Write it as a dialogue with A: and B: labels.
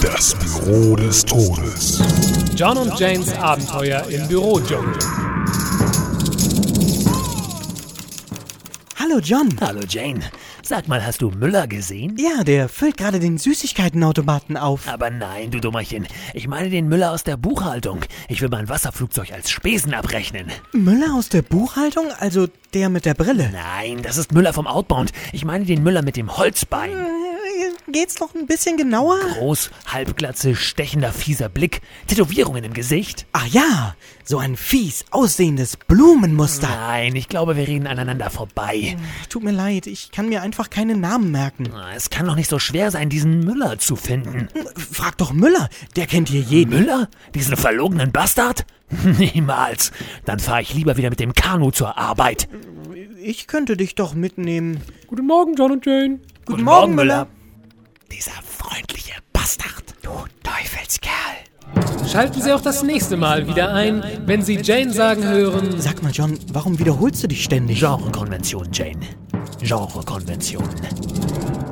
A: Das Büro des Todes.
B: John und Janes Abenteuer im Büro, John.
C: Hallo John.
D: Hallo Jane. Sag mal, hast du Müller gesehen?
C: Ja, der füllt gerade den Süßigkeitenautomaten auf.
D: Aber nein, du Dummerchen. Ich meine den Müller aus der Buchhaltung. Ich will mein Wasserflugzeug als Spesen abrechnen.
C: Müller aus der Buchhaltung, also der mit der Brille.
D: Nein, das ist Müller vom Outbound. Ich meine den Müller mit dem Holzbein.
C: Äh, Geht's noch ein bisschen genauer?
D: Groß, halbglatze, stechender, fieser Blick. Tätowierungen im Gesicht.
C: Ah ja, so ein fies aussehendes Blumenmuster.
D: Nein, ich glaube, wir reden aneinander vorbei.
C: Äh, Tut mir leid, ich kann mir einfach keine Namen merken.
D: Es kann doch nicht so schwer sein, diesen Müller zu finden.
C: Frag doch Müller, der kennt hier jeden.
D: Müller? Diesen verlogenen Bastard? Niemals. Dann fahre ich lieber wieder mit dem Kanu zur Arbeit.
C: Ich könnte dich doch mitnehmen.
B: Guten Morgen, John und Jane.
C: Guten, Morgen, Müller.
D: Dieser freundliche Bastard. Du Teufelskerl.
B: Schalten Sie auch das nächste Mal wieder ein, wenn Sie Jane sagen hören.
C: Sag mal, John, warum wiederholst du dich ständig?
D: Genrekonvention, Jane. Genrekonvention.